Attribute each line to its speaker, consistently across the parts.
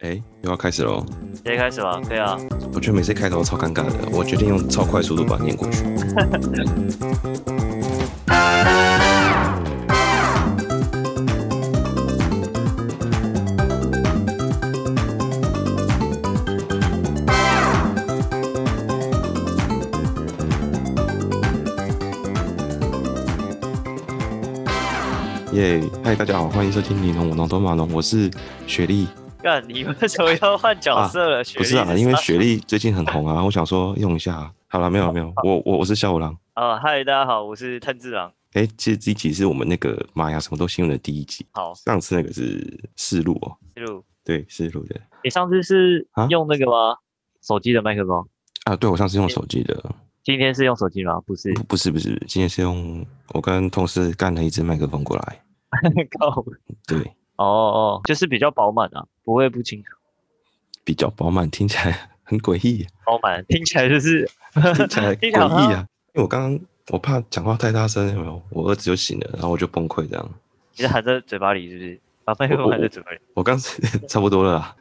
Speaker 1: 哎，又要开始喽！
Speaker 2: 直接开始
Speaker 1: 嗯
Speaker 2: 吧，可以啊。
Speaker 1: 我觉得每次开头超尴尬的，我决定用超快速度把它念过去。耶！嗨，大家好，欢迎收听你侬我侬都马侬，我是雪莉。
Speaker 2: 干，你为什么要换角色了？雪
Speaker 1: 不
Speaker 2: 莉
Speaker 1: 是啊，
Speaker 2: 啥
Speaker 1: 因为雪莉最近很红啊， 我想说用一下啊。好了，没有没有，我我我是小五郎。
Speaker 2: 哦，嗨，大家好，我是炭治郎。
Speaker 1: 哎、其实这一集是我们那个玛雅什么都新闻的第一集，
Speaker 2: 好，
Speaker 1: 上次那个是试录哦，
Speaker 2: 记录。
Speaker 1: 对，试录的
Speaker 2: 你上次是
Speaker 1: 啊
Speaker 2: 用那个吗？手机的麦克风？
Speaker 1: 啊。对，我上次用手机的，
Speaker 2: 今天是用手机吗？不 是，
Speaker 1: 不不是不是，今天是用我跟同事干了一支麦克风过来，
Speaker 2: 够。
Speaker 1: 对，
Speaker 2: 哦哦，就是比较饱满啊，不会不清楚。
Speaker 1: 比较饱满，听起来很诡 异，
Speaker 2: 饱满听起来就是
Speaker 1: 听起来
Speaker 2: 听起来好
Speaker 1: 诡异啊。因为我刚刚我怕讲话太大声，有没有？我儿子就醒了，然后我就崩溃这样。
Speaker 2: 你是含在嘴巴里，是不是？把麦克风含在嘴巴里。
Speaker 1: 我刚才 差不多了啦。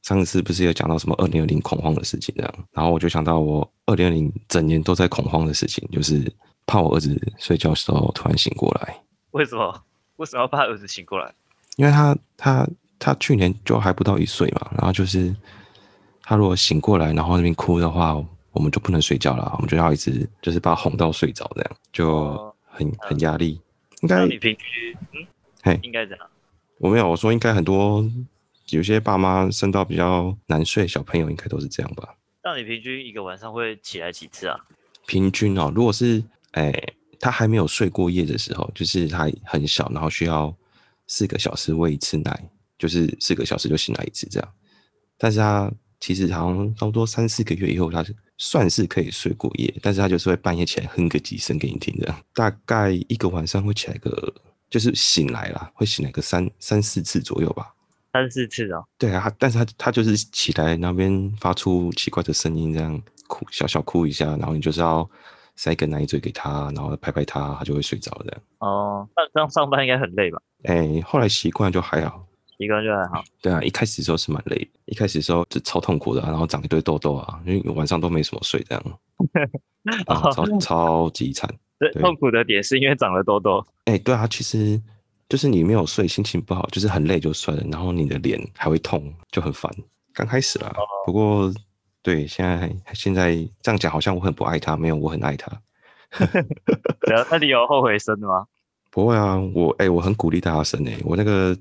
Speaker 1: 上次不是有讲到什么二零二零恐慌的事情这样，然后我就想到我二零二零整年都在恐慌的事情，就是怕我儿子睡觉的时候突然醒过来，
Speaker 2: 为什么？为什么要把儿子醒过来？
Speaker 1: 因为他他他去年就还不到一岁嘛，然后就是他如果醒过来然后那边哭的话，我们就不能睡觉了，我们就要一直就是把他哄到睡着这样，就
Speaker 2: 哦
Speaker 1: 很很压力。应
Speaker 2: 那
Speaker 1: 该
Speaker 2: 你平均，
Speaker 1: 嘿
Speaker 2: 嗯，应该怎样？
Speaker 1: 我没有我说应该很多有些爸妈生到比较难睡的小朋友应该都是这样吧。
Speaker 2: 那你平均一个晚上会起来几次啊？
Speaker 1: 平均哦，如果是诶、他还没有睡过夜的时候，就是他很小，然后需要四个小时喂一次奶，就是四个小时就醒来一次这样。但是他其实好像差不多三四个月以后，他是算是可以睡过夜，但是他就是会半夜起来哼个几声给你听这样，大概一个晚上会起来个，就是醒来啦，会醒来个三三四次左右吧。
Speaker 2: 三四次啊？
Speaker 1: 对啊，他但是他他就是起来那边发出奇怪的声音，这样哭小小哭一下，然后你就是要塞个奶嘴给他，然后拍拍他，他就会睡着了这样。
Speaker 2: 哦，那这样上班应该很累吧？
Speaker 1: 哎、后来习惯就还好。
Speaker 2: 一个人就还好。
Speaker 1: 对啊，一开始的时候是蛮累的，一开始的时候就超痛苦的啊、然后长一堆痘痘啊，因为晚上都没什么睡这样，啊，超超级惨。
Speaker 2: 这
Speaker 1: 对
Speaker 2: 痛苦的点是因为长了痘痘，
Speaker 1: 哎、对啊，其实就是你没有睡，心情不好，就是很累就算了，然后你的脸还会痛，就很烦。刚开始啦，不过对，现在现在这样讲好像我很不爱他，没有，我很爱他。
Speaker 2: 对啊，那你有后悔生的吗？
Speaker 1: 不会啊，我哎、我很鼓励大家生哎、我那个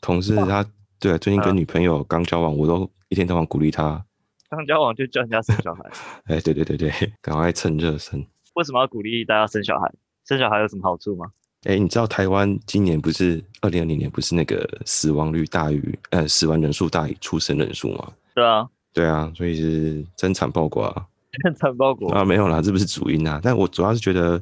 Speaker 1: 同事他对啊、最近跟
Speaker 2: 嗯
Speaker 1: 女朋友刚交往，我都一天到晚鼓励他，
Speaker 2: 刚交往就叫人家生小孩，
Speaker 1: 哎、对对对对，赶快趁热生。
Speaker 2: 为什么要鼓励大家生小孩？生小孩有什么好处吗？
Speaker 1: 哎、你知道台湾今年不是二零二零年不是那个死亡率大于呃死亡人数大于出生人数吗？
Speaker 2: 对啊，
Speaker 1: 对啊，所以是增产报国啊
Speaker 2: 产包裹，
Speaker 1: 啊没有啦，这不是主因啊。但我主要是觉得，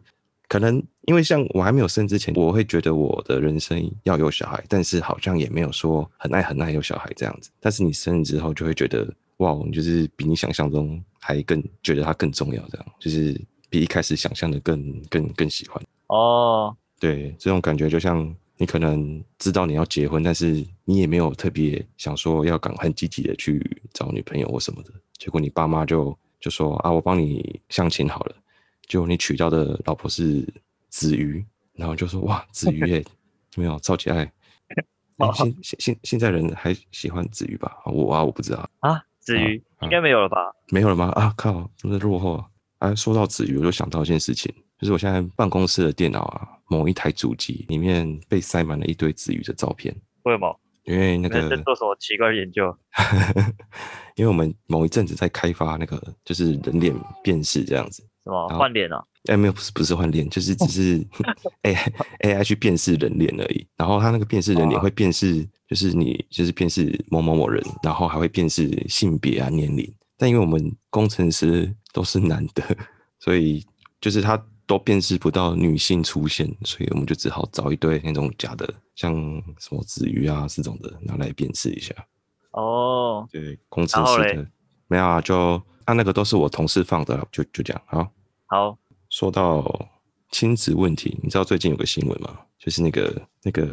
Speaker 1: 可能因为像我还没有生之前，我会觉得我的人生要有小孩，但是好像也没有说很爱很爱有小孩这样子。但是你生了之后，就会觉得哇，你就是比你想象中还更觉得它更重要，这样就是比一开始想象的更更更喜欢。
Speaker 2: 哦，
Speaker 1: 对，这种感觉就像你可能知道你要结婚，但是你也没有特别想说要赶很积极的去找女朋友或什么的，结果你爸妈就就说啊，我帮你相亲好了，结果你娶到的老婆是子瑜，然后就说哇，子瑜耶， 有没有超级爱。哎
Speaker 2: 哦
Speaker 1: 现现现现在人还喜欢子瑜吧？我啊，我不知道，
Speaker 2: 啊，至于
Speaker 1: 啊
Speaker 2: 应该没有了吧？
Speaker 1: 没有了吗？啊靠，真的落后啊！啊，说到子瑜，我就想到一件事情，就是我现在办公室的电脑啊，某一台主机里面被塞满了一堆子瑜的照片，
Speaker 2: 为什么？
Speaker 1: 因为那
Speaker 2: 你们
Speaker 1: 个
Speaker 2: 在，做什么奇怪的研究？
Speaker 1: 因为我们某一阵子在开发那个就是人脸辨识这样子，
Speaker 2: 什么
Speaker 1: 好
Speaker 2: 换脸啊？
Speaker 1: 哎，没有，不是不是换脸，就是
Speaker 2: 哦
Speaker 1: 只 是 AI AI 去辨识人脸而已。然后它那个辨识人脸
Speaker 2: 哦
Speaker 1: 会辨识，就是你就是辨识某某某人，然后还会辨识性别啊、年龄。但因为我们工程师都是男的，所以就是它都辨识不到女性出现，所以我们就只好找一堆那种假的，像什么子瑜啊这种的拿来辨识一下。
Speaker 2: 哦，
Speaker 1: 对，工程
Speaker 2: 然后
Speaker 1: 师
Speaker 2: 嘞
Speaker 1: 的没有啊，就啊那个都是我同事放的啦，就就这样好。
Speaker 2: 好，
Speaker 1: 说到亲子问题，你知道最近有个新闻吗？就是那个那个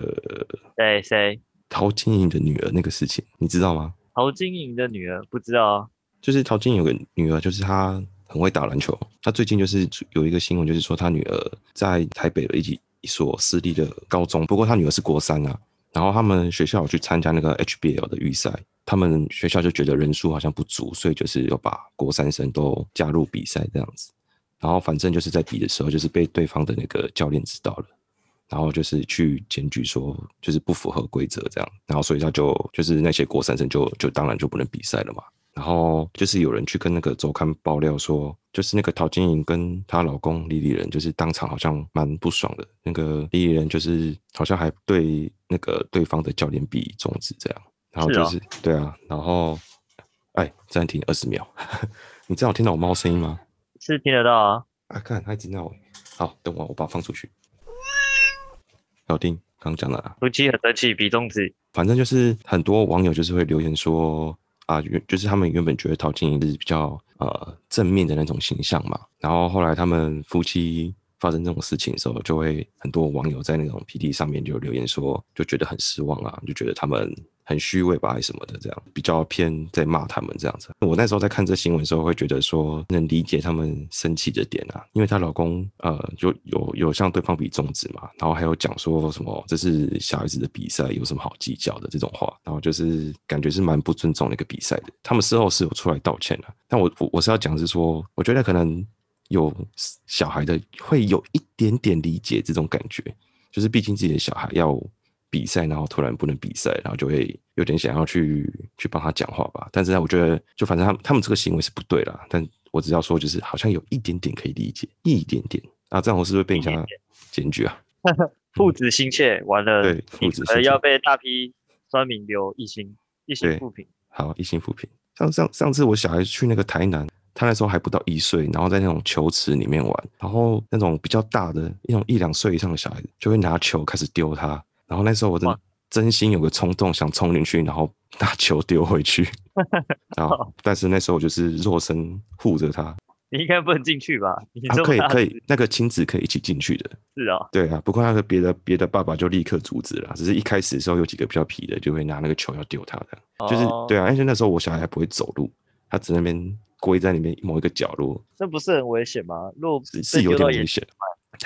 Speaker 2: 哎谁谁
Speaker 1: 陶晶莹的女儿那个事情，你知道吗？
Speaker 2: 陶晶莹的女儿不知道啊，
Speaker 1: 就是陶晶莹有个女儿，就是她很会打篮球。她最近就是有一个新闻，就是说她女儿在台北的一级一所私立的高中，不过她女儿是国三啊。然后他们学校有去参加那个 HBL 的预赛，他们学校就觉得人数好像不足，所以就是有把国三生都加入比赛这样子。然后反正就是在比的时候，就是被对方的那个教练知道了。然后就是去检举说，就是不符合规则这样，然后所以他就就是那些国三生就就当然就不能比赛了嘛。然后就是有人去跟那个周刊爆料说，就是那个陶晶莹跟她老公李李仁，就是当场好像蛮不爽的。那个李李仁就是好像还对那个对方的教练比中指这样，然后就是
Speaker 2: 是
Speaker 1: 对啊，然后哎暂停二十秒， 你正好听到我猫声音吗？
Speaker 2: 是听得到啊。
Speaker 1: 啊，看它一直闹欸好，等我，我把它放出去。老丁刚刚讲了啦，
Speaker 2: 夫妻很生气，比中指。
Speaker 1: 反正就是很多网友就是会留言说啊，原就是他们原本觉得陶晶莹是比较呃正面的那种形象嘛，然后后来他们夫妻发生这种事情的时候，就会很多网友在那种 P D 上面就留言说，就觉得很失望啊，就觉得他们很虚伪吧，还是什么的，这样比较偏在骂他们这样子。我那时候在看这新闻的时候，会觉得说能理解他们生气的点啊，因为她老公呃就有有向对方比中指嘛，然后还有讲说什么这是小孩子的比赛，有什么好计较的这种话，然后就是感觉是蛮不尊重那个比赛的。他们事后是有出来道歉的、但我我我是要讲的是说，我觉得可能有小孩的会有一点点理解这种感觉，就是毕竟自己的小孩要比赛，然后突然不能比赛，然后就会有点想要去去帮他讲话吧。但是呢，我觉得就反正他们他们这个行为是不对啦，但我只要说就是好像有一点点可以理解，一点点啊，这样我是不是被人
Speaker 2: 一
Speaker 1: 家
Speaker 2: 点
Speaker 1: 检举啊？
Speaker 2: 父子心切，完了，
Speaker 1: 对
Speaker 2: 你
Speaker 1: 父子
Speaker 2: 可
Speaker 1: 心
Speaker 2: 能
Speaker 1: 切
Speaker 2: 要被大批酸民留一星一星
Speaker 1: 对
Speaker 2: 负评。
Speaker 1: 好，一心扶贫。上上上次我小孩去那个台南，他那时候还不到一岁，然后在那种球池里面玩，然后那种比较大的那种一两岁以上的小孩子就会拿球开始丢他，然后那时候我真的
Speaker 2: 哇
Speaker 1: 真心有个冲动想冲进去，然后 拿球丢回 去，然后但是那时候我就是弱身护着他，
Speaker 2: 你应该不能进去吧？你
Speaker 1: 他
Speaker 2: 这
Speaker 1: 啊可
Speaker 2: 么
Speaker 1: 以
Speaker 2: 大
Speaker 1: 可以那个亲子可以一起进去的，
Speaker 2: 是啊，
Speaker 1: 对啊，不过那个别的别的爸爸就立刻阻止了，只是一开始的时候有几个比较皮的就会拿那个球要丢他的，就是
Speaker 2: 哦
Speaker 1: 对啊，而且那时候我小孩还不会走路，他只在那边跪在那边某一个角落，
Speaker 2: 这不是很危险吗？如果
Speaker 1: 是是
Speaker 2: 被
Speaker 1: 有
Speaker 2: 丢
Speaker 1: 点
Speaker 2: 到
Speaker 1: 危
Speaker 2: 眼，
Speaker 1: 险。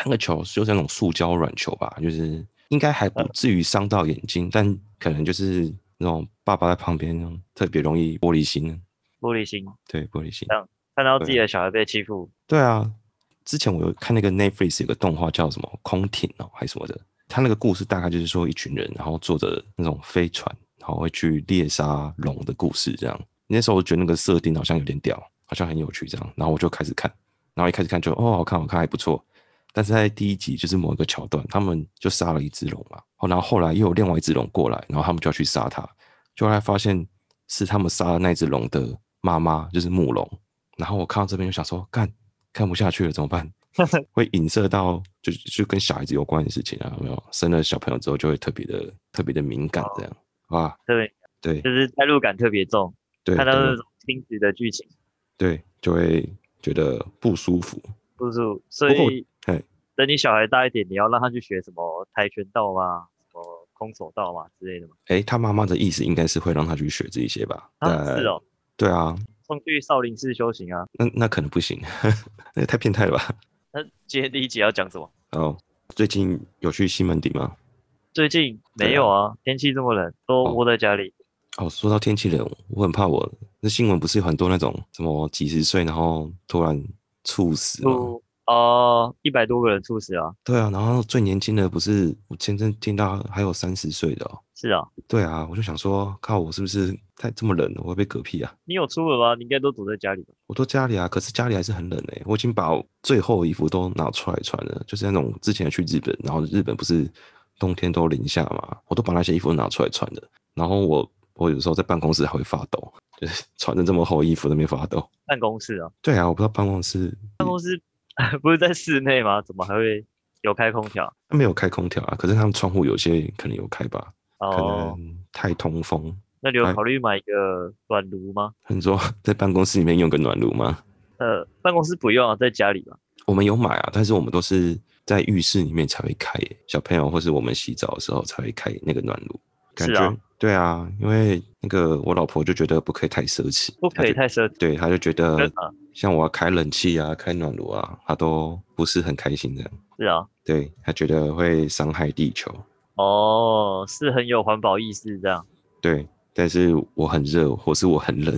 Speaker 1: 那个球就是那种塑胶软球吧，就是应该还不至于伤到眼睛，但可能就是那种爸爸在旁边那种特别容易玻璃心，
Speaker 2: 玻璃心，
Speaker 1: 对玻璃心。
Speaker 2: 看到自己的小孩被欺负，
Speaker 1: 对啊，之前我有看那个 Netflix 有个动画叫什么《空艇》哦，还是什么的。他那个故事大概就是说，一群人然后坐着那种飞船，然后会去猎杀龙的故事这样。那时候我觉得那个设定好像有点屌，好像很有趣这样。然后我就开始看，然后一开始看就哦好看好看还不错，但是在第一集就是某一个桥段，他们就杀了一只龙嘛，哦然后后来又有另外一只龙过来，然后他们就要去杀它，就后来发现是他们杀了那只龙的妈妈，就是母龙。然后我看到这边就想说，干看不下去了怎么办？ 会影射到就就跟小孩子有关的事情啊，有没有？生了小朋友之后就会特别的特别的敏感这样啊，
Speaker 2: 对，
Speaker 1: 对
Speaker 2: 就是代入感特别重，
Speaker 1: 对
Speaker 2: 看到那
Speaker 1: 对
Speaker 2: 种亲子的剧情，
Speaker 1: 对，就会觉得不舒服。
Speaker 2: 不是？所
Speaker 1: 不过
Speaker 2: 以
Speaker 1: 嘿
Speaker 2: 等你小孩大一点，你要让他去学什么跆拳道嘛，什么空手道嘛之类的嘛。
Speaker 1: 哎，他妈妈的意思应该是会让他去学这一些吧？
Speaker 2: 啊，
Speaker 1: 但
Speaker 2: 是哦，
Speaker 1: 对啊，
Speaker 2: 送去少林寺修行啊。
Speaker 1: 那那可能不行，那也太变态了吧？
Speaker 2: 那今天第一集要讲什么？
Speaker 1: 哦，最近有去西门町吗？
Speaker 2: 最近
Speaker 1: 对
Speaker 2: 没有啊，天气这么冷，都
Speaker 1: 哦
Speaker 2: 窝在家里。
Speaker 1: 哦，说到天气冷，我很怕我那新闻不是有很多那种什么几十岁然后突然猝死吗？
Speaker 2: 出哦，一百多个人猝死啊。
Speaker 1: 对啊，然后最年轻的不是我前阵听到还有三十岁的、哦，
Speaker 2: 是啊，
Speaker 1: 对啊，我就想说，靠，我是不是太这么冷了？我会被嗝屁啊！
Speaker 2: 你有出门吗？你应该都躲在家里吧？
Speaker 1: 我都家里啊，可是家里还是很冷诶、我已经把我最厚的衣服都拿出来穿了，就是那种之前去日本，然后日本不是冬天都零下嘛，我都把那些衣服拿出来穿的。然后我我有时候在办公室还会发抖，就是 穿着这么厚衣服都没发抖。
Speaker 2: 办公室啊，
Speaker 1: 对啊，我不知道办公室
Speaker 2: 办公室不是在室内吗？怎么还会有开空调？
Speaker 1: 它没有开空调啊，可是他们窗户有些可能有开吧，可
Speaker 2: 哦，
Speaker 1: 能太通风。
Speaker 2: 那你有
Speaker 1: 哎
Speaker 2: 考虑买一个暖炉吗？
Speaker 1: 你说 在办公室里面用个暖炉吗？
Speaker 2: 呃，办公室不用啊，在家里吧。
Speaker 1: 我们有买啊，但是我们都是在浴室里面才会开耶，小朋友或是我们洗澡的时候才会开那个暖炉。感
Speaker 2: 是
Speaker 1: 觉、
Speaker 2: 啊
Speaker 1: 对啊，因为那个我老婆就觉得不可以太奢侈，
Speaker 2: 不
Speaker 1: 她
Speaker 2: 可以
Speaker 1: 就
Speaker 2: 太奢侈。啊
Speaker 1: 对，她就觉
Speaker 2: 真
Speaker 1: 得
Speaker 2: 的
Speaker 1: 像我要开冷气啊、开暖炉啊，她都不是很开心的。
Speaker 2: 是啊，
Speaker 1: 对她觉得会伤害地球。
Speaker 2: 哦，是很有环保意识这样。
Speaker 1: 对，但是我很热，或是我很 冷。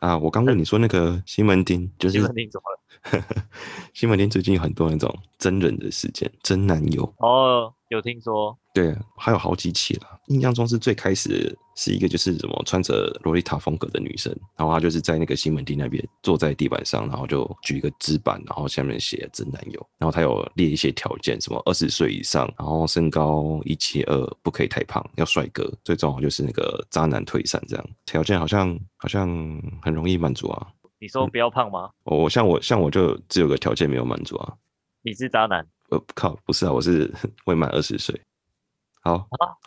Speaker 1: 啊，我刚问你说那个西门町，就
Speaker 2: 西
Speaker 1: 是
Speaker 2: 门町怎么了？
Speaker 1: 西门町最近有很多那种真人的事件，真男友。
Speaker 2: 哦，有听说
Speaker 1: 对，还有好几起啦。印象中是最开始是一个就是什么穿着洛丽塔风格的女生，然后她就是在那个西门町那边坐在地板上，然后就举一个纸板，然后下面写真男友，然后她有列一些条件，什么二十岁以上，然后身高一七二，不可以太胖，要帅哥，最重要就是那个渣男退散这样。条件好像好像很容易满足啊。
Speaker 2: 你说不要胖吗？
Speaker 1: 我我像我像我就只有个条件没有满足啊，
Speaker 2: 你是渣男
Speaker 1: 呃，靠，不是啊，我是 未满二十岁。好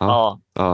Speaker 1: 啊
Speaker 2: 哦
Speaker 1: 啊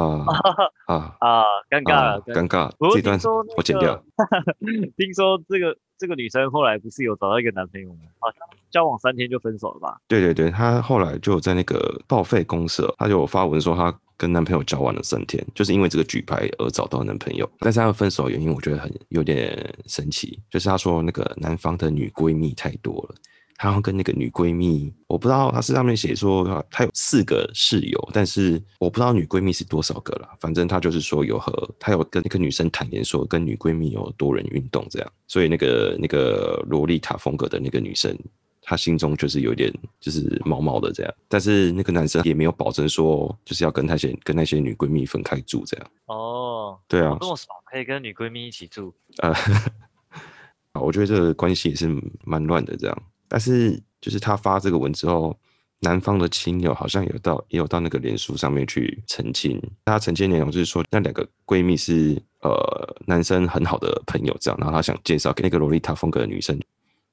Speaker 1: 啊
Speaker 2: 啊，尴尬
Speaker 1: 啊
Speaker 2: 了，！尴
Speaker 1: 尴尬
Speaker 2: 不，过
Speaker 1: 这段
Speaker 2: 听说那
Speaker 1: 我剪
Speaker 2: 个
Speaker 1: 掉。
Speaker 2: 听说这个这个女生后来不是有找到一个男朋友吗？好像交往三天就分手了吧？
Speaker 1: 对对对，她后来就在那个报废公社，她就有发文说她跟男朋友交往了三天，就是因为这个举牌而找到男朋友。但是他们分手的原因，我觉得很有点神奇，就是她说那个男方的女闺蜜太多了。她好像跟那个女闺蜜，我不知道她是上面写说她她有四个室友，但是我不知道女闺蜜是多少个啦。反正她就是说有和她有跟那个女生坦言说跟女闺蜜有多人运动这样，所以那个那个洛丽塔风格的那个女生他心中就是有点就是毛毛的这样，但是那个男生也没有保证说就是要跟那些跟那些女闺蜜分开住这样。
Speaker 2: 哦，
Speaker 1: 对啊
Speaker 2: 哦，这么爽，可以跟女闺蜜一起住。
Speaker 1: 呃，啊我觉得这个关系也是蛮乱的这样。但是就是他发这个文之后，男方的亲友好像有到也有到那个脸书上面去澄清，他澄清内容就是说那两个闺蜜是呃男生很好的朋友这样，然后他想介绍给那个洛丽塔风格的女生，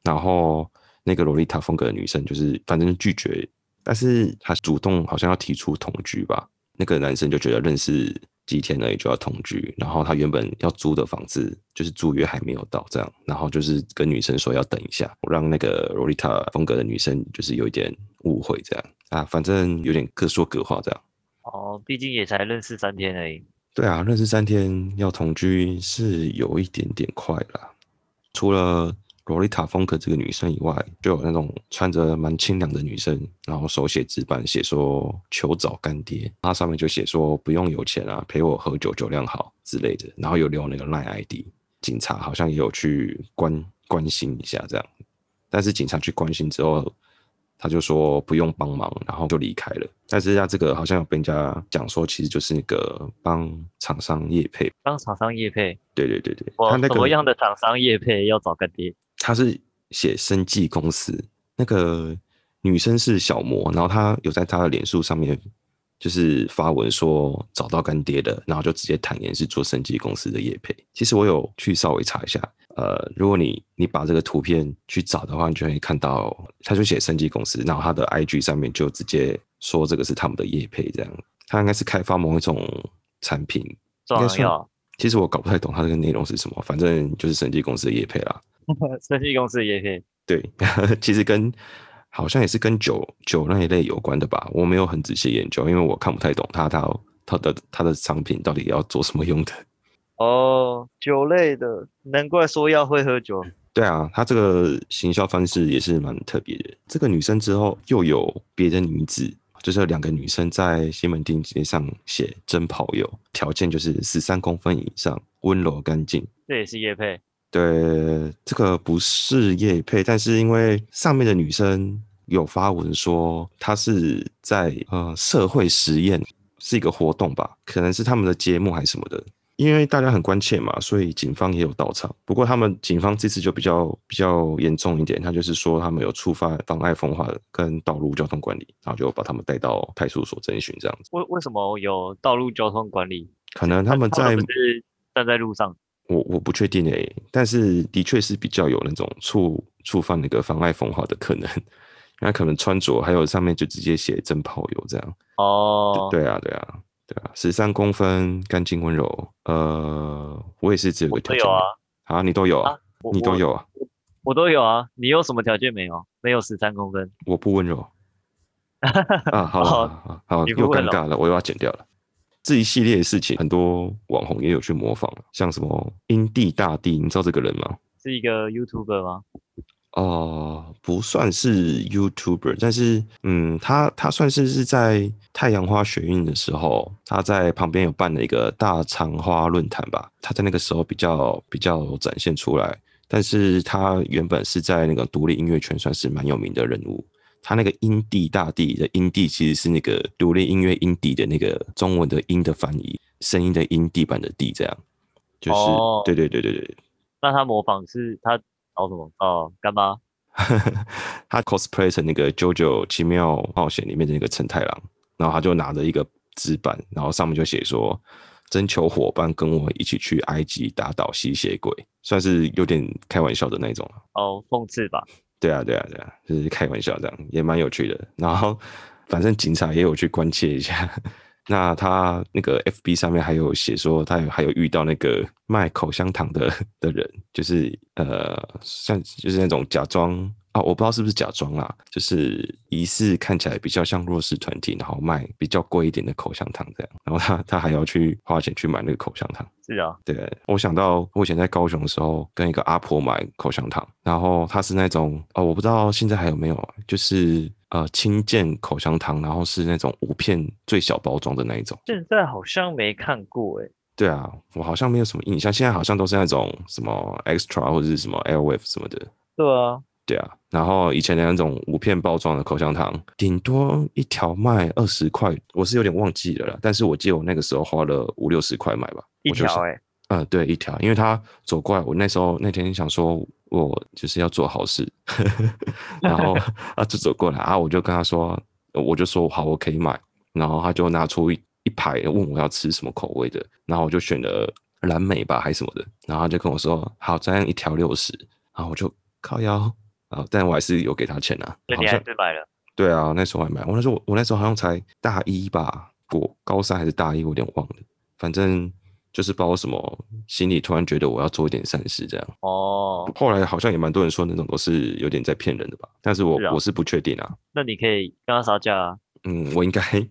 Speaker 1: 然后那个洛丽塔风格的女生就是反正拒绝，但是他主动好像要提出同居吧，那个男生就觉得认识几天而已就要同居，然后他原本要租的房子就是租约还没有到，这样，然后就是跟女生说要等一下，让那个洛丽塔风格的女生就是有一点误会这样啊，反正有点各说各话这样。
Speaker 2: 哦，毕竟也才认识三天而已。
Speaker 1: 对啊，认识三天要同居是有一点点快啦。除了洛丽塔风格这个女生以外，就有那种穿着蛮清凉的女生，然后手写纸板写说求找干爹，她上面就写说不用有钱啊，陪我喝酒，酒量好之类的，然后有留那个 LINE ID，警察好像也有去关关心一下这样，但是警察去关心之后，他就说不用帮忙，然后就离开了。但是他这个好像有被人家讲说，其实就是那个帮厂商业配，
Speaker 2: 当厂商业配，
Speaker 1: 对对对对，
Speaker 2: 我
Speaker 1: 他那
Speaker 2: 什么样
Speaker 1: 个
Speaker 2: 的厂商业配要找干爹？
Speaker 1: 他是写生技公司，那个女生是小魔，然后她有在她的脸书上面。就是发文说找到干爹的，然后就直接坦言是做生技公司的业配。其实我有去稍微查一下，呃，如果你你把这个图片去找的话，你就会看到，他就写生技公司，然后他的 IG 上面就直接说这个是他们的业配，这样，他应该是开发某一种产品。
Speaker 2: 壮
Speaker 1: 算
Speaker 2: 要，
Speaker 1: 其实我搞不太懂他这个内容是什么，反正就是生技公司的业配啦。
Speaker 2: 生技公司的业配。
Speaker 1: 对， 其实跟好像也是跟酒酒那一类有关的吧，我没有很仔细研究，因为我看不太懂他他他的他的商品到底要做什么用的。
Speaker 2: 哦，酒类的，难怪说要会喝酒。
Speaker 1: 对啊，她这个行销方式也是蛮特别的。这个女生之后又有别的女子，就是有两个女生在西门町街上写真跑友，条件就是十三公分以上，温柔干净。
Speaker 2: 这也是业配。
Speaker 1: 对，这个不是叶配，但是因为上面的女生有发文说她是在呃社会实验，是一个活动吧，可能是他们的节目还是什么的。因为大家很关切嘛，所以警方也有到场。不过他们警方这次就比较比较严重一点，他就是说他们有触犯妨碍风化跟道路交通管理，然后就把他们带到派出所侦讯这样子。
Speaker 2: 为为什么有道路交通管理？
Speaker 1: 可能他们在
Speaker 2: 不是站在路上
Speaker 1: 我我不确定诶、但是的确是比较有那种触触犯那个妨碍风化的可能，那可能穿着还有上面就直接写真炮友这样，
Speaker 2: 哦，
Speaker 1: 对对啊对啊对啊，十三公分，干净温柔，呃，我也是只有
Speaker 2: 我
Speaker 1: 个条
Speaker 2: 都
Speaker 1: 件
Speaker 2: 有啊，
Speaker 1: 啊，你都有啊，
Speaker 2: 啊我
Speaker 1: 你都
Speaker 2: 我
Speaker 1: 有啊，
Speaker 2: 我都有啊。你有什么条件没有？没有十三公分，
Speaker 1: 我不温柔啊，好了
Speaker 2: 好
Speaker 1: 好好，
Speaker 2: 你不
Speaker 1: 又
Speaker 2: 温
Speaker 1: 尴
Speaker 2: 柔
Speaker 1: 尬了，我又要剪掉了。这一系列的事情，很多网红也有去模仿，啊像什么英帝大帝，你知道这个人吗？
Speaker 2: 是一个 YouTuber 吗？
Speaker 1: 哦、不算是 YouTuber，但是嗯，他他算是是在太阳花学运的时候，他在旁边有办了一个大长花论坛吧，他在那个时候比较比较展现出来，但是他原本是在那个独立音乐圈算是蛮有名的人物。他那个音地大地的音地其实是那个独立音乐音地的那个中文的音的翻译，声音的音地板的地这样，就是、
Speaker 2: 哦
Speaker 1: 对对对对对，
Speaker 2: 那他模仿是他搞什么？哦，干妈。
Speaker 1: 他 cosplay 成那个《JoJo 奇妙冒险》里面的那个陈太郎，然后他就拿着一个纸板，然后上面就写说征求伙伴跟我一起去埃及打倒吸血鬼，算是有点开玩笑的那种啊。
Speaker 2: 哦，讽刺吧。
Speaker 1: 对啊，对啊，对啊，就是开玩笑这样，也蛮有趣的。然后反正警察也有去关切一下。 那他那个 FB 上面还有写说，他有还有遇到那个卖口香糖的的人，就是呃，像就是那种假装啊，我不知道是不是假装啦，就是疑似看起来比较像弱势团体，然后卖比较贵一点的口香糖这样。然后他他还要去花钱去买那个口香糖。
Speaker 2: 是啊，
Speaker 1: 对，我想到我以前在高雄的时候，跟一个阿婆买口香糖，然后它是那种哦，我不知道现在还有没有，就是呃轻健口香糖，然后是那种五片最小包装的那一种。
Speaker 2: 现在好像没看过诶、欸
Speaker 1: 对啊，我好像没有什么印象，现在好像都是那种什么 extra 或者是什么 airwave 什么的。
Speaker 2: 对啊，
Speaker 1: 对啊，然后以前的那种五片包装的口香糖，顶多一条卖二十块，我是有点忘记了啦，但是我记得我那个时候花了五六十块买吧，
Speaker 2: 一
Speaker 1: 我就
Speaker 2: 条
Speaker 1: 想
Speaker 2: 欸诶、
Speaker 1: 嗯，对，一条，因为他走过来，我那时候那天想说，我就是要做好事， 然后他就走过来啊，我就跟他说，呃我就说好，我可以买，然后他就拿出一一排问我要吃什么口味的，然后我就选了蓝莓吧还是什么的，然后他就跟我说好，这样一条六十，然后我就靠腰啊，但我还是有给他钱啊，
Speaker 2: 那
Speaker 1: 好
Speaker 2: 你还
Speaker 1: 像
Speaker 2: 是买了？
Speaker 1: 对啊，那时候还买，我那时候我我那时候好像才大一吧，过高三还是大一，我有点忘了。反正就是不知道什么，心里突然觉得我要做一点善事这样。
Speaker 2: 哦，
Speaker 1: 后来好像也蛮多人说那种都是有点在骗人的吧，但是我
Speaker 2: 是啊
Speaker 1: 我是不确定啊。
Speaker 2: 那你可以跟他杀价啊。
Speaker 1: 嗯，我应该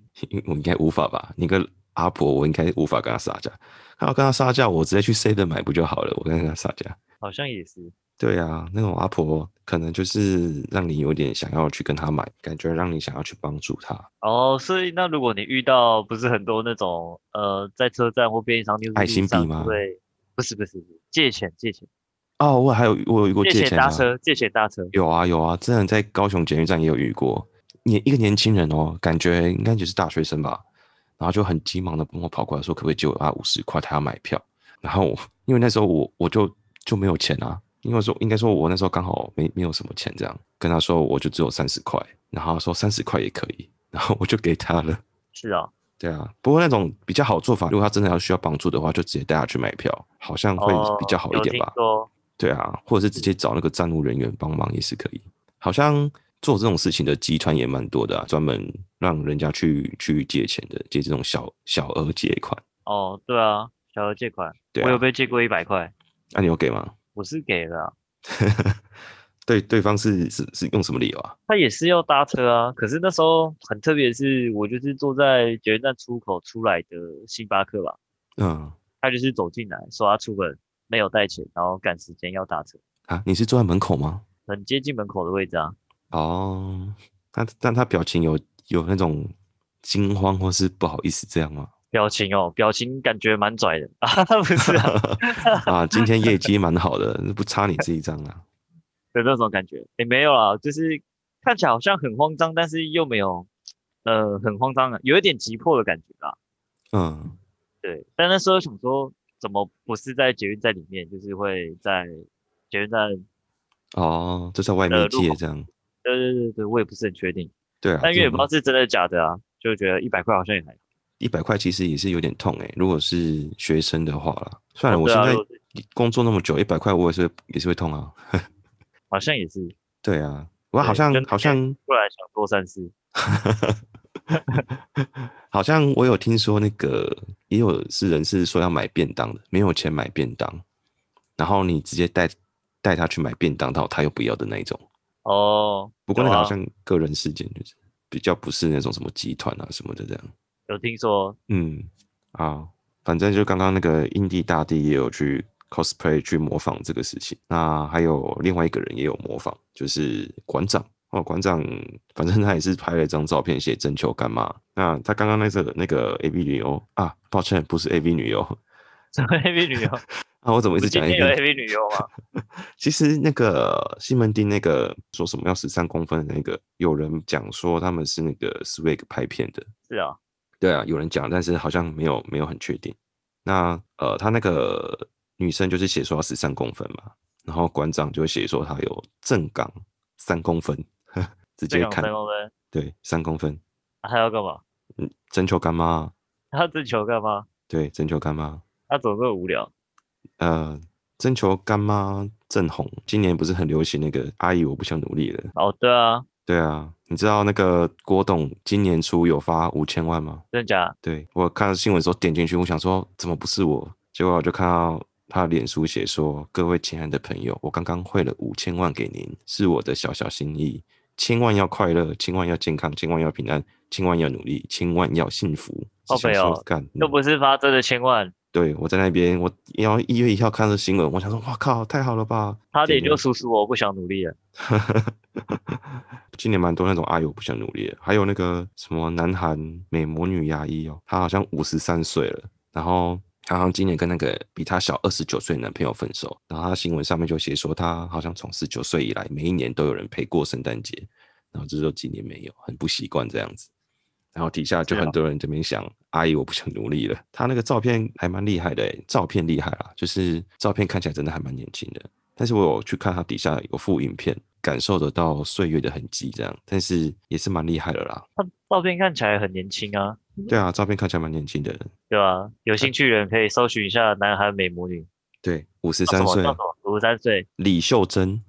Speaker 1: 我应该无法吧？你个阿婆，我应该无法跟他杀价。他要跟他杀价，我直接去 C 的买不就好了？我跟他杀价。
Speaker 2: 好像也是，
Speaker 1: 对啊，那种阿婆可能就是让你有点想要去跟他买，感觉让你想要去帮助他。
Speaker 2: 哦，所以那如果你遇到不是很多那种呃，在车站或便利商店或
Speaker 1: 爱
Speaker 2: 是路
Speaker 1: 心笔
Speaker 2: 上
Speaker 1: 吗
Speaker 2: 对，不是不是不是借钱借钱
Speaker 1: 哦，我还有我有遇过
Speaker 2: 借
Speaker 1: 借
Speaker 2: 钱
Speaker 1: 钱
Speaker 2: 搭
Speaker 1: 啊，
Speaker 2: 车借钱搭车，
Speaker 1: 有啊有啊，之前在高雄捷运站也有遇过，年一个年轻人哦，感觉应该就是大学生吧，然后就很急忙的跟我跑过来说，可不可以借我他五十块，他要买票。然后我因为那时候我我就就没有钱啊，因为说应该说我那时候刚好没没有什么钱，这样跟他说我就只有三十块，然后他说三十块也可以，然后我就给他了。
Speaker 2: 是啊，
Speaker 1: 对啊，不过那种比较好的做法，如果他真的要需要帮助的话，就直接带他去买票，好像会比较
Speaker 2: 哦
Speaker 1: 好一
Speaker 2: 有
Speaker 1: 点
Speaker 2: 听
Speaker 1: 吧。
Speaker 2: 说
Speaker 1: 对啊，或者是直
Speaker 2: 嗯
Speaker 1: 接找那个站务人员帮忙也是可以。好像做这种事情的集团也蛮多的啊，专门让人家去去借钱的，借这种小小额借款。
Speaker 2: 哦，对啊，小额借款，
Speaker 1: 对
Speaker 2: 我有
Speaker 1: 啊，
Speaker 2: 被借过一百块，
Speaker 1: 那、你有给吗？
Speaker 2: 我是给了啊、
Speaker 1: 对，对方是是是用什么理由啊？
Speaker 2: 他也是要搭车啊，可是那时候很特别的是，我就是坐在捷运站出口出来的星巴克吧，
Speaker 1: 嗯
Speaker 2: 他就是走进来说他出门没有带钱，然后赶时间要搭车，
Speaker 1: 啊，你是坐在门口吗？
Speaker 2: 很接近门口的位置啊，
Speaker 1: 哦，那但他表情有有那种惊慌或是不好意思这样吗？
Speaker 2: 表情哦，表情感觉蛮拽的 啊，不是啊
Speaker 1: 啊，今天业绩蛮好的，不差你这一张啊。
Speaker 2: 的那种感觉，也没有啦，就是看起来好像很慌张，但是又没有，呃，很慌张啊，有一点急迫的感觉啦，
Speaker 1: 嗯，
Speaker 2: 对，但那时候想说，怎么不是在捷运站里面，就是会在捷运站，
Speaker 1: 哦，就在外
Speaker 2: 呃
Speaker 1: 面
Speaker 2: 路
Speaker 1: 借
Speaker 2: 口
Speaker 1: 这样。
Speaker 2: 对对对对，我也不是很确定。
Speaker 1: 对啊，
Speaker 2: 但因为也
Speaker 1: 这
Speaker 2: 不
Speaker 1: 种
Speaker 2: 知道是真的假的啊，就觉得一百块好像也还好。
Speaker 1: 一百块其实也是有点痛哎、如果是学生的话啦，算了，
Speaker 2: 哦
Speaker 1: 我
Speaker 2: 对
Speaker 1: 现
Speaker 2: 啊
Speaker 1: 在
Speaker 2: 如果
Speaker 1: 工作那么久，一百块我也是会也是会痛啊。
Speaker 2: 好像也是
Speaker 1: 对啊，我
Speaker 2: 对
Speaker 1: 好像
Speaker 2: 真的欸
Speaker 1: 好像
Speaker 2: 过来想多善事
Speaker 1: 好像我有听说那个也有是人是说要买便当的，没有钱买便当，然后你直接带带他去买便当，到他又不要的那一种。
Speaker 2: 哦。
Speaker 1: 不过那
Speaker 2: 有
Speaker 1: 个好
Speaker 2: 啊
Speaker 1: 像个人事件，就是比较不是那种什么集团啊什么的这样。
Speaker 2: 有听说，
Speaker 1: 嗯，啊，反正就刚刚那个印地大帝也有去 cosplay 去模仿这个事情，那还有另外一个人也有模仿，就是馆长哦，馆长反正他也是拍了一张照片写征求干妈，那他刚刚那个那个 A V 女优啊，抱歉不是 A V 女优
Speaker 2: 什么 A V 女优？
Speaker 1: 啊， 我怎么
Speaker 2: 我
Speaker 1: 一直讲
Speaker 2: 们今天
Speaker 1: A
Speaker 2: 有
Speaker 1: V？
Speaker 2: A V 女优吗？
Speaker 1: 其实那个西门町那个说什么要十三公分的那个，有人讲说他们是那个 Swag 拍片的，
Speaker 2: 是啊，
Speaker 1: 对啊，有人讲，但是好像没有没有很确定。那呃，他那个女生就是写说要十三公分嘛，然后馆长就写说她有正港三公分， 直
Speaker 2: 这
Speaker 1: 接
Speaker 2: 两
Speaker 1: 看
Speaker 2: 三公分，
Speaker 1: 对三公分，
Speaker 2: 啊他要干嘛？
Speaker 1: 嗯，征求干妈，
Speaker 2: 他要征求干嘛？
Speaker 1: 对，征求干妈，
Speaker 2: 他怎么这么无聊？
Speaker 1: 呃，征求干妈正红，今年不是很流行那个阿姨我不想努力了。
Speaker 2: 哦，对啊，
Speaker 1: 对啊，你知道那个郭董今年初有发五千万吗？
Speaker 2: 真的假的？
Speaker 1: 对我看到新闻的时候点进去，我想说怎么不是我？结果我就看到他脸书写说：“各位亲爱的朋友，我刚刚汇了五千万给您，是我的小小心意，千万要快乐，千万要健康，千万要平安，千万要努力，千万要幸福。”
Speaker 2: 靠
Speaker 1: 想
Speaker 2: 北
Speaker 1: 说
Speaker 2: 哦
Speaker 1: 干，
Speaker 2: 又
Speaker 1: 嗯
Speaker 2: 不是发真的千万，
Speaker 1: 对我在那边，我然后一月一号看到新闻，我想说：“哇靠，太好了吧！”
Speaker 2: 差点
Speaker 1: 点
Speaker 2: 就叔叔我不想努力了。
Speaker 1: 今年蛮多那种阿友不想努力的，还有那个什么南韩美魔女牙医哦，她好像五十三岁了，然后她好像今年跟那个比她小二十九岁的男朋友分手，然后她新闻上面就写说她好像从十九岁以来，每一年都有人陪过圣诞节，然后这就今年没有，很不习惯这样子。然后底下就是
Speaker 2: 啊
Speaker 1: 很多人这边想，阿姨我不想努力了。她那个照片还蛮厉害的、欸，照片厉害啦，就是照片看起来真的还蛮年轻的。但是我有去看他底下有副影片，感受得到岁月的痕迹，这样，但是也是蛮厉害的啦。
Speaker 2: 他照片看起来很年轻啊，
Speaker 1: 对啊，照片看起来蛮年轻的，
Speaker 2: 对吧、有
Speaker 1: 嗯
Speaker 2: 兴趣的人可以搜寻一下南韩美魔女，
Speaker 1: 对，五十
Speaker 2: 叫什
Speaker 1: 三
Speaker 2: 啊么
Speaker 1: 岁
Speaker 2: 叫，什么？五十三岁，
Speaker 1: 李秀珍。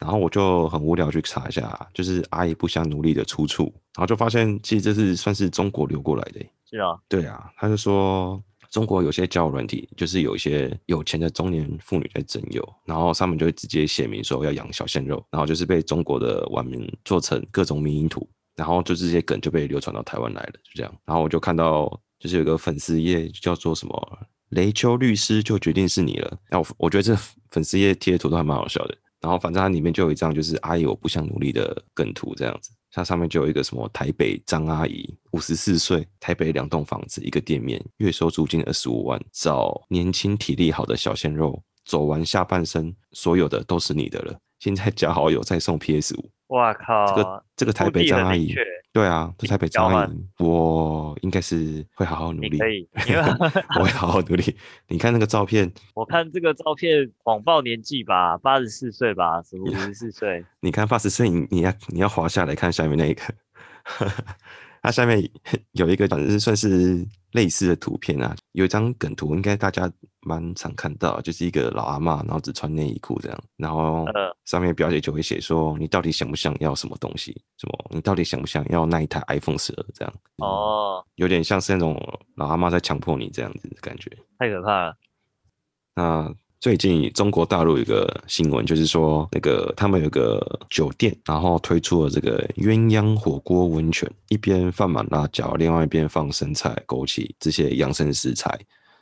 Speaker 1: 然后我就很无聊去查一下，就是阿姨不想努力的出处，然后就发现其实这是算是中国流过来的欸、
Speaker 2: 是啊，
Speaker 1: 对啊，他就说中国有些交友软体，就是有一些有钱的中年妇女在征友，然后上面就会直接写明说要养小鲜肉，然后就是被中国的网民做成各种迷因图，然后就这些梗就被流传到台湾来了，就这样。然后我就看到就是有个粉丝页叫做什么雷秋律师就决定是你了，那我我觉得这粉丝页贴的图都还蛮好笑的。然后反正它里面就有一张就是阿姨我不想努力的梗图这样子，它上面就有一个什么台北张阿姨五十四岁，台北两栋房子一个店面，月收租金二十五万，找年轻体力好的小鲜肉，走完下半生，所有的都是你的了。现在加好友再送 PS 五，
Speaker 2: 哇靠，
Speaker 1: 这个这个台
Speaker 2: 目
Speaker 1: 北
Speaker 2: 的
Speaker 1: 张
Speaker 2: 很
Speaker 1: 阿
Speaker 2: 明
Speaker 1: 姨
Speaker 2: 确，
Speaker 1: 对啊，这台北张阿
Speaker 2: 交
Speaker 1: 姨，我应该是会好好努
Speaker 2: 你
Speaker 1: 力
Speaker 2: 可，以，因为
Speaker 1: 我会好好努力。你看那个照片，
Speaker 2: 我看这个照片谎报年纪吧，八十四岁吧，什么五十四 岁，
Speaker 1: 你看八十岁，你你要你要滑下来看下面那一个，它下面 有一个反正算是类似的图片啊，有一张梗图，应该大家蛮常看到，就是一个老阿嬷，然后只穿内衣裤这样，然后
Speaker 2: 呃
Speaker 1: 上面表姐就会写说你到底想不想要什么东西，什么你到底想不想要那一台 iPhone 十二这样，嗯，
Speaker 2: 哦，
Speaker 1: 有点像是那种老阿嬷在强迫你这样子的感觉。
Speaker 2: 太可怕了，
Speaker 1: 那最近中国大陆有一个新闻，就是说那个他们有个酒店，然后推出了这个鸳鸯火锅温泉，一边放满辣椒，另外一边放生菜、枸杞这些养生食材，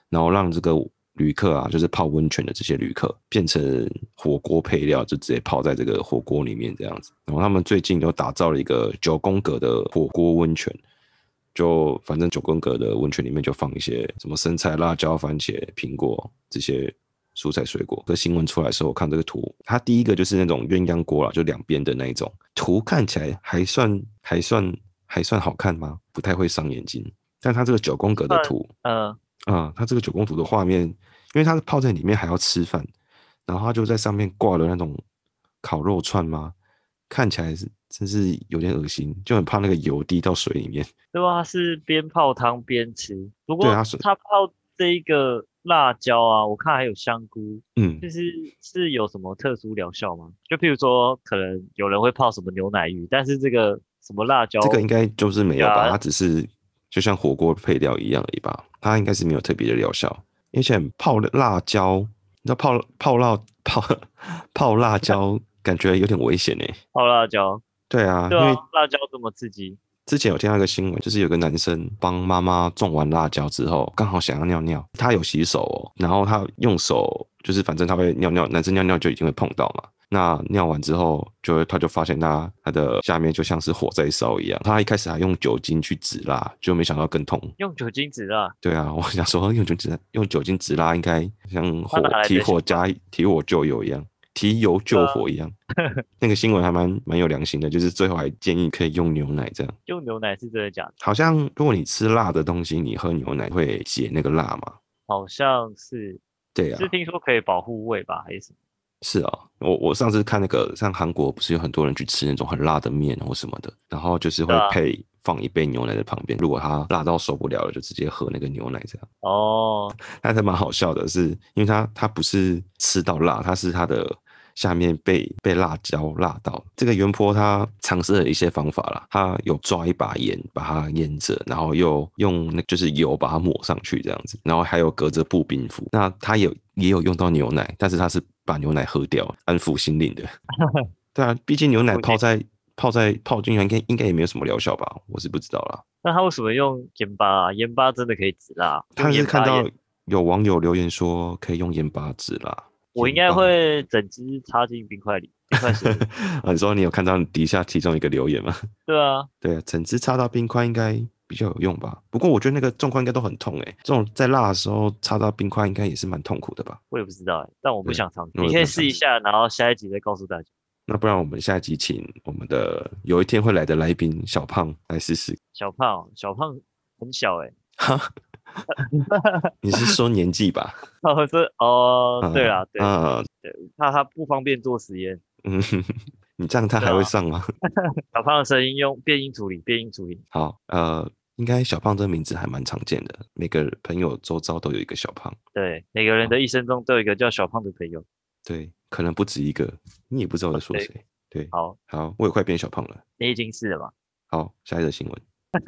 Speaker 1: 然后让这个旅客啊，就是泡温泉的这些旅客变成火锅配料，就直接泡在这个火锅里面这样子。然后他们最近又打造了一个九宫格的火锅温泉，就反正九宫格的温泉里面就放一些什么生菜、辣椒、番茄、苹果这些蔬菜水果。这新闻出来的时候，我看这个图，它第一个就是那种鸳鸯锅啦，就两边的那一种图，看起来还算还算还算好看吗？不太会伤眼睛。但它这个九宫格的
Speaker 2: 算
Speaker 1: 图，
Speaker 2: 嗯，
Speaker 1: 啊、它这个九宫图的画面，因为它是泡在里面还要吃饭，然后它就在上面挂了那种烤肉串吗？看起来是真是有点恶心，就很怕那个油滴到水里面。
Speaker 2: 对吧？他是边泡汤边吃，不过
Speaker 1: 他是
Speaker 2: 他泡这一个辣椒啊，我看还有香菇，
Speaker 1: 嗯，
Speaker 2: 就是是有什么特殊疗效吗？就譬如说，可能有人会泡什么牛奶浴，但是这个什么辣椒，
Speaker 1: 这个应该就是没有吧？
Speaker 2: 呀
Speaker 1: 它只是就像火锅配料一样而已吧？它应该是没有特别的疗效，而且泡辣椒，你知道泡泡辣泡 泡辣椒感觉有点危险呢、欸
Speaker 2: 泡辣椒，
Speaker 1: 对啊，
Speaker 2: 对
Speaker 1: 因
Speaker 2: 啊
Speaker 1: 为，
Speaker 2: 辣椒这么刺激，
Speaker 1: 之前有听到一个新闻，就是有个男生帮妈妈种完辣椒之后，刚好想要尿尿，他有洗手哦，然后他用手就是反正他会尿尿，男生尿尿就一定会碰到嘛。那尿完之后，就会他就发现他他的下面就像是火在烧一样。他一开始还用酒精去止辣，就没想到更痛。
Speaker 2: 用酒精纸啊，
Speaker 1: 对啊， 我想说用酒精用酒精止辣应该像火
Speaker 2: 哪来的
Speaker 1: 提火
Speaker 2: 想
Speaker 1: 加提火救油一样，提油救火一样。那个新闻还蛮蛮有良心的，就是最后还建议可以用牛奶这样。
Speaker 2: 用牛奶是真的假的？
Speaker 1: 好像如果你吃辣的东西，你喝牛奶会解那个辣嘛？
Speaker 2: 好像是
Speaker 1: 对啊
Speaker 2: 是，听说可以保护胃吧，还是什么？
Speaker 1: 是啊、我我上次看那个，像韩国不是有很多人去吃那种很辣的面或什么的，然后就是会
Speaker 2: 对啊
Speaker 1: 配放一杯牛奶在旁边，如果他辣到受不了了，就直接喝那个牛奶这样。
Speaker 2: 哦，
Speaker 1: 但是蛮好笑的是，因为他他不是吃到辣，他是他的下面被被辣椒辣到。这个袁坡他尝试了一些方法啦，他有抓一把盐把它腌着，然后又用那就是油把它抹上去这样子，然后还有隔着布冰敷。那他有也有用到牛奶，但是他是把牛奶喝掉，安抚心灵的。对啊，毕竟牛奶
Speaker 2: 我
Speaker 1: 泡在泡在泡进去应该应该也没有什么疗效吧，我是不知道啦。
Speaker 2: 那他为什么用盐巴啊？盐巴真的可以止辣？
Speaker 1: 他
Speaker 2: 用
Speaker 1: 是
Speaker 2: 盐
Speaker 1: 看
Speaker 2: 巴
Speaker 1: 到
Speaker 2: 腌
Speaker 1: 有网友留言说可以用盐巴纸啦，
Speaker 2: 我应
Speaker 1: 盐
Speaker 2: 该
Speaker 1: 巴。
Speaker 2: 会整只插进冰块里，冰块水里。
Speaker 1: 啊，你说你有看到底下其中一个留言吗？
Speaker 2: 对啊，
Speaker 1: 对啊，整只插到冰块应该比较有用吧。不过我觉得那个状况应该都很痛诶、欸这种在辣的时候插到冰块应该也是蛮痛苦的吧。
Speaker 2: 我也不知道哎、但我不
Speaker 1: 对
Speaker 2: 想尝试。
Speaker 1: 我也
Speaker 2: 你
Speaker 1: 不
Speaker 2: 可
Speaker 1: 想
Speaker 2: 以
Speaker 1: 尝
Speaker 2: 试一
Speaker 1: 试
Speaker 2: 下，然后下一集再告诉大家。
Speaker 1: 那不然我们下一集请我们的有一天会来的来宾小胖来试试。
Speaker 2: 小胖哦，小胖很小哎、
Speaker 1: 哈，你是 说年纪吧？
Speaker 2: 欸，我说哦，对啦，对，
Speaker 1: 啊，
Speaker 2: 怕他不方便做实验。
Speaker 1: 嗯，你这样他还
Speaker 2: 对
Speaker 1: 会
Speaker 2: 啊
Speaker 1: 上吗？
Speaker 2: 小胖的声音用变音处理，变音处理。
Speaker 1: 好，呃，应该小胖这个名字还蛮常见的，每个朋友周遭都有一个小胖，
Speaker 2: 对，每个人的一生中都有一个叫小胖的朋友。
Speaker 1: 对，可能不止一个，你也不知道我在说
Speaker 2: 对
Speaker 1: 谁。对，
Speaker 2: 好，
Speaker 1: 好，我也快变小胖了。
Speaker 2: 你已经是了吧？
Speaker 1: 好，下一则新闻。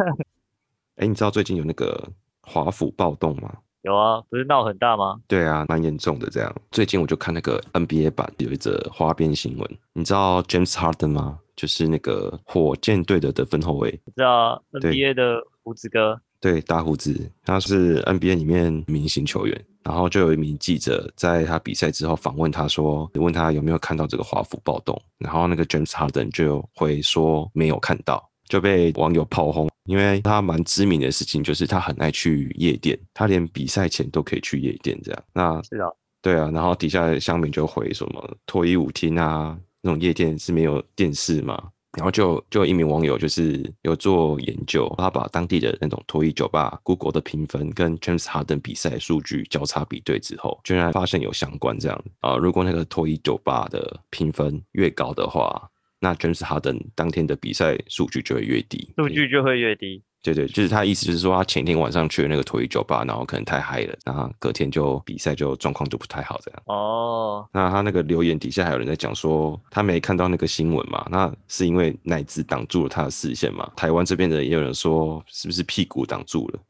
Speaker 1: 哎、你知道最近有那个华府暴动吗？
Speaker 2: 有啊，不是闹很大吗？
Speaker 1: 对啊，蛮严重的。这样，最近我就看那个 NBA 版有一则花边新闻，你知道 James Harden 吗？就是那个火箭队的得分后卫，
Speaker 2: 你知道
Speaker 1: 对
Speaker 2: NBA 的胡子哥，
Speaker 1: 对，大胡子，他是 NBA 里面明星球员。然后就有一名记者在他比赛之后访问他说，问他有没有看到这个华府暴动，然后那个 James Harden 就回说没有看到，就被网友炮轰，因为他蛮知名的事情就是他很爱去夜店，他连比赛前都可以去夜店这样。那
Speaker 2: 是啊，
Speaker 1: 对啊，然后底下的乡民就回什么脱衣舞厅啊，那种夜店是没有电视嘛。然后就就有一名网友就是有做研究，他把当地的那种脱衣酒吧 Google 的评分跟 James Harden 比赛数据交叉比对之后，居然发现有相关这样啊、如果那个脱衣酒吧的评分越高的话，那 James Harden 当天的比赛数据就会越低。
Speaker 2: 数据就会越低。
Speaker 1: 对对，就是他的意思，就是说他前一天晚上去了那个脱衣酒吧，然后可能太嗨了，然后隔天就比赛就状况就不太好这样。
Speaker 2: 哦，
Speaker 1: 那他那个留言底下还有人在讲说，他没看到那个新闻嘛？那是因为奶子挡住了他的视线嘛？台湾这边的人也有人说，是不是屁股挡住 了？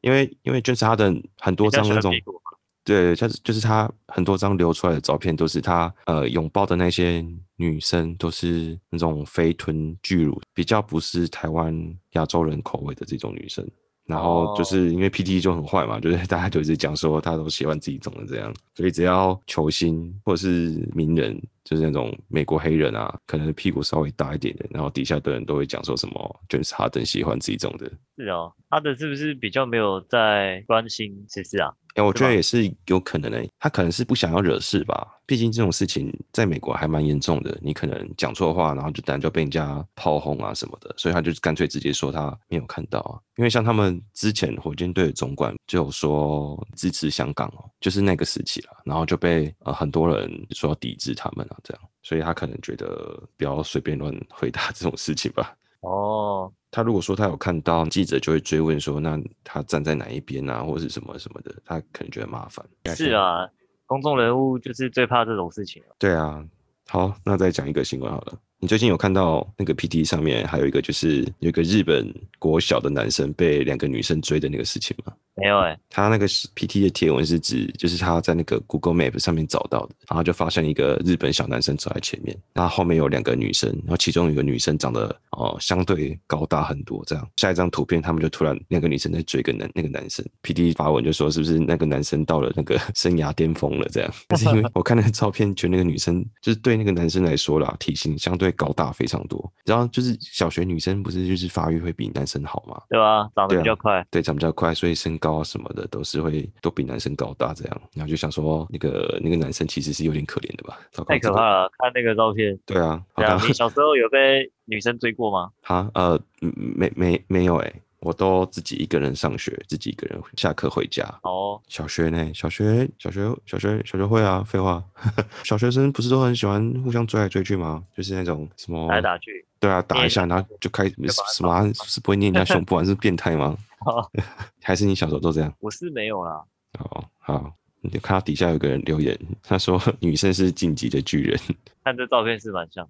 Speaker 1: 因为因为 James Harden 很多
Speaker 2: 比较
Speaker 1: 张
Speaker 2: 喜
Speaker 1: 那
Speaker 2: 欢
Speaker 1: 种
Speaker 2: 屁，股嘛，
Speaker 1: 对，他就是他很多张流出来的照片都是他呃拥抱的那些女生都是那种肥臀巨乳，比较不是台湾亚洲人口味的这种女生。然后就
Speaker 2: 哦
Speaker 1: 是因为 PT 就很坏嘛，就是 大家就是讲说他都喜欢自己长得这样，所以只要球星或者是名人，就是那种美国黑人啊，可能屁股稍微大一点的，然后底下的人都会讲说什么 James Harden 喜欢自己这种的。
Speaker 2: 是哦，他的是不是比较没有在关心谁是啊？
Speaker 1: 哎、我
Speaker 2: 是
Speaker 1: 觉得
Speaker 2: 吧
Speaker 1: 也是有可能诶、他可能是不想要惹事吧。毕竟这种事情在美国还蛮严重的，你可能讲错话，然后就当然就被人家炮轰啊什么的，所以他就干脆直接说他没有看到啊。因为像他们之前火箭队的总管就有说支持香港哦，就是那个时期啦，然后就被呃很多人说要抵制他们啊这样，所以他可能觉得不要随便乱回答这种事情吧。
Speaker 2: 哦，
Speaker 1: 他如果说他有看到，记者就会追问说，那他站在哪一边啊，或是什么什么的，他可能觉得麻烦。
Speaker 2: 是，啊，公众人物就是最怕这种事情了。
Speaker 1: 对啊。好，那再讲一个新闻好了。你最近有看到那个 PT 上面还有一个就是有一个日本国小的男生被两个女生追的那个事情吗？
Speaker 2: 哎、没有哎、
Speaker 1: 他那个是 PT 的贴文是指，就是他在那个 Google Map 上面找到的，然后就发现一个日本小男生走在前面，然后后面有两个女生，然后其中有一个女生长得哦、呃相对高大很多，这样下一张图片他们就突然两个女生在追一个男那个男生，PT 发文就说是不是那个男生到了那个 生涯巅峰了这样，但是因为我看那个照片，觉得那个女生就是对那个男生来说啦，体型相对高大非常多，然后就是小学女生不是就是发育会比男生好吗？
Speaker 2: 对吧？长得
Speaker 1: 对
Speaker 2: 比
Speaker 1: 啊
Speaker 2: 较快，
Speaker 1: 对，长比较快，所以身高啊什么的都是会都比男生高大这样。然后就想说，那个那个男生其实是有点可怜的吧？糟糕
Speaker 2: 太
Speaker 1: 这
Speaker 2: 可
Speaker 1: 个
Speaker 2: 怕了！看那个照片，
Speaker 1: 对啊，好
Speaker 2: 对啊，
Speaker 1: 的
Speaker 2: 你，小时候有被女生追过吗？
Speaker 1: 哈呃，嗯没没没有哎、我都自己一个人上学，自己一个人下课回家。
Speaker 2: 哦，
Speaker 1: 小学呢？小学小学小学小学会啊，废话， 小学生不是都很喜欢互相追来追去吗？就是那种什么
Speaker 2: 打来打去，
Speaker 1: 对啊，打
Speaker 2: 捏
Speaker 1: 一
Speaker 2: 一
Speaker 1: 下，然后就开
Speaker 2: 把哦他
Speaker 1: 什么啊是不会捏人家胸部啊，是变态吗？ 还是你小时候都这样？
Speaker 2: 我是没有啦。
Speaker 1: 哦，好，你就看到底下有个人留言，他说女生是晋级的巨人，
Speaker 2: 看这照片是蛮像，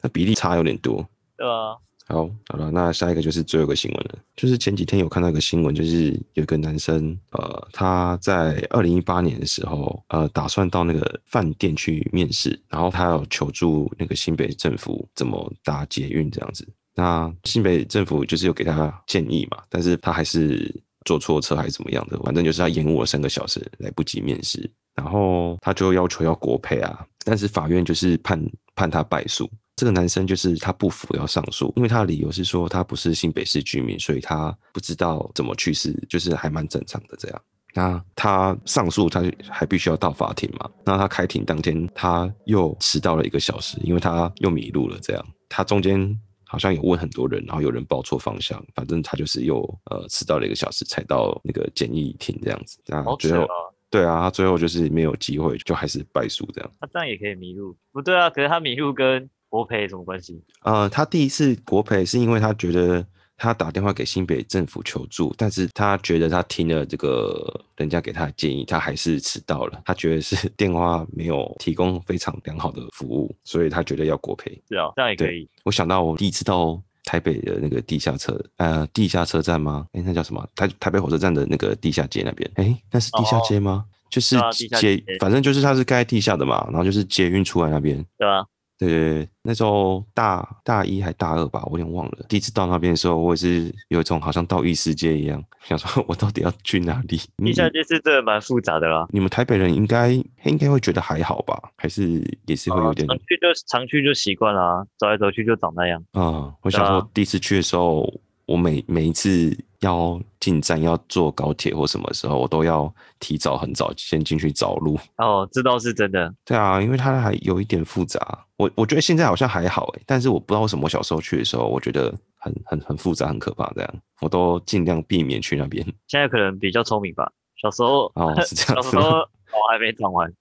Speaker 1: 那比例差有点多。
Speaker 2: 对啊吧？
Speaker 1: 好，好了，那下一个就是最后一个新闻了，就是前几天有看到一个新闻，就是有个男生，呃，他在二零一八年的时候，呃，打算到那个饭店去面试，然后他有求助那个新北政府怎么搭捷运这样子。那新北政府就是有给他建议嘛，但是他还是坐错车还是怎么样的，反正就是他延误了三个小时，来不及面试，然后他就要求要国赔啊，但是法院就是判判他败诉。这个男生就是他不服要上诉，因为他的理由是说他不是新北市居民，所以他不知道怎么去世，就是还蛮正常的这样。那他上诉，他就还必须要到法庭嘛。那他开庭当天，他又迟到了一个小时，因为他又迷路了。这样，他中间好像有问很多人，然后有人报错方向，反正他就是又呃迟到了一个小时才到那个简易庭这样子。那
Speaker 2: 好
Speaker 1: 最
Speaker 2: 扯
Speaker 1: 后，
Speaker 2: 哦，
Speaker 1: 对啊，他最后就是没有机会，就还是败诉这样。
Speaker 2: 他这样也可以迷路？不对啊，可是他迷路跟国培有什么关系？
Speaker 1: 呃，他第一次国赔是因为他觉得他打电话给新北政府求助，但是他觉得他听了这个人家给他的建议，他还是迟到了。他觉得是 电话没有提供非常良好的服务，所以他觉得要国赔。
Speaker 2: 是哦，这样也可
Speaker 1: 对
Speaker 2: 以。
Speaker 1: 我想到我第一次到台北的那个地下车，呃，地下车站吗？哎，那叫什么？台台北火车站的那个地下街那边？哎，那是地下街吗？就是
Speaker 2: 哦对啊地下
Speaker 1: 街
Speaker 2: 街，
Speaker 1: 反正就是它是盖在地下的嘛，然后就是捷运出来那边，
Speaker 2: 对啊吧？
Speaker 1: 对对对，那时候大大一还大二吧，我有点忘了。第一次到那边的时候，我也是有一种好像到异世界一样，想说 我到底要去哪里？
Speaker 2: 地下
Speaker 1: 你
Speaker 2: 街是真的蛮复杂的啦，
Speaker 1: 你们台北人应该应该会觉得还好吧？还是也是会有点
Speaker 2: 啊常去就常去就习惯了啊，走来走去就长那样。
Speaker 1: 啊、我想
Speaker 2: 对
Speaker 1: 说，第一次去的时候，我每每一次要进站要坐高铁或什么时候，我都要提早很早先进去找路。
Speaker 2: 哦，这倒是真的。
Speaker 1: 对啊，因为它还有一点复杂。我我觉得现在好像还好诶，但是我不知道为什么我小时候去的时候，我觉得很很很复杂，很可怕。这样我都尽量避免去那边。
Speaker 2: 现在可能比较聪明吧，小时候
Speaker 1: 哦，是这
Speaker 2: 小
Speaker 1: 样子
Speaker 2: 时
Speaker 1: 吗。
Speaker 2: 候我还没长完，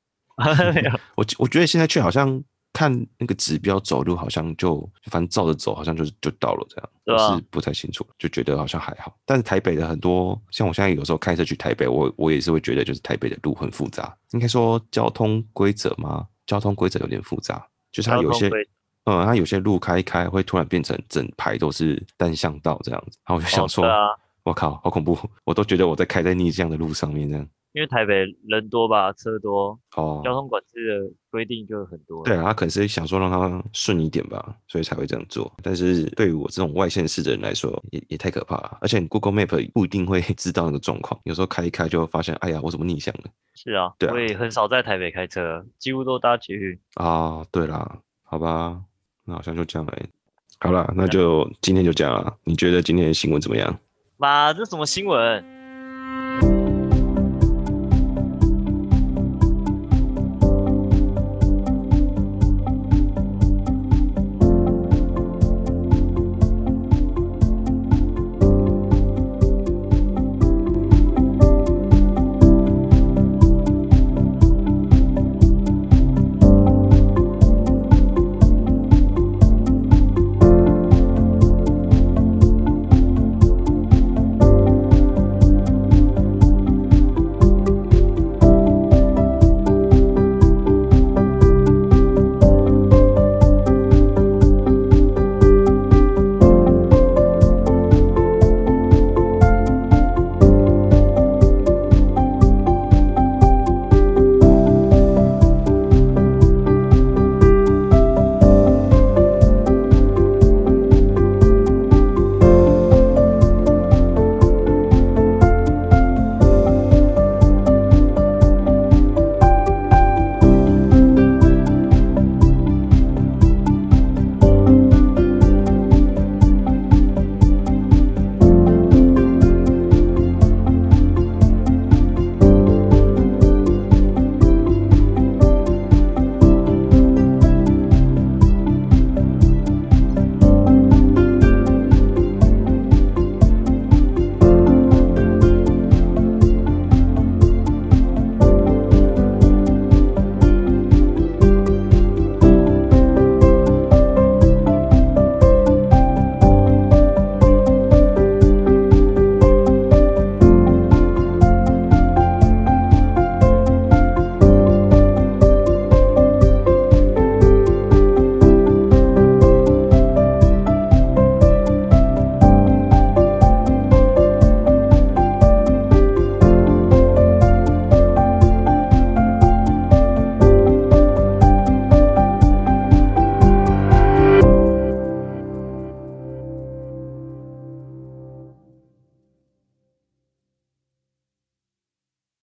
Speaker 2: 没有
Speaker 1: 我觉我觉得现在去好像看那个指标走路，好像就反正照着走，好像就是就到了这样。
Speaker 2: 对啊
Speaker 1: 我是不太清楚，就觉得好像还好。但是台北的很多，像我现在有时候开车去台北，我我也是会觉得就是台北的路很复杂。应该说交通规则吗？交通规则有点复杂，就是它
Speaker 2: 交
Speaker 1: 有
Speaker 2: 通
Speaker 1: 些
Speaker 2: 规
Speaker 1: 嗯，它有些路开一开会突然变成整排都是单向道这样子，然后我就想
Speaker 2: 哦
Speaker 1: 说，
Speaker 2: 对啊，
Speaker 1: 我靠，好恐怖！我都觉得我在开在逆向的路上面这样。
Speaker 2: 因为台北人多吧，车多，
Speaker 1: 哦，
Speaker 2: 交通管制的规定就很多。
Speaker 1: 对，啊，他可能是想说让他顺一点吧，所以才会这样做。但是对于我这种外县市的人来说，也也太可怕了。而且你 Google Map 不一定会 知道那个状况，有时候开一开就发现，哎呀，我怎么逆向了？
Speaker 2: 是啊，
Speaker 1: 对啊
Speaker 2: 我也很少在台北开车，几乎都搭捷运。
Speaker 1: 啊，对啦，好吧，那好像就这样了欸。
Speaker 2: 啊
Speaker 1: 好啦，那就今天就这样了。你觉得今天的新闻怎么样？
Speaker 2: 妈，这什么新闻？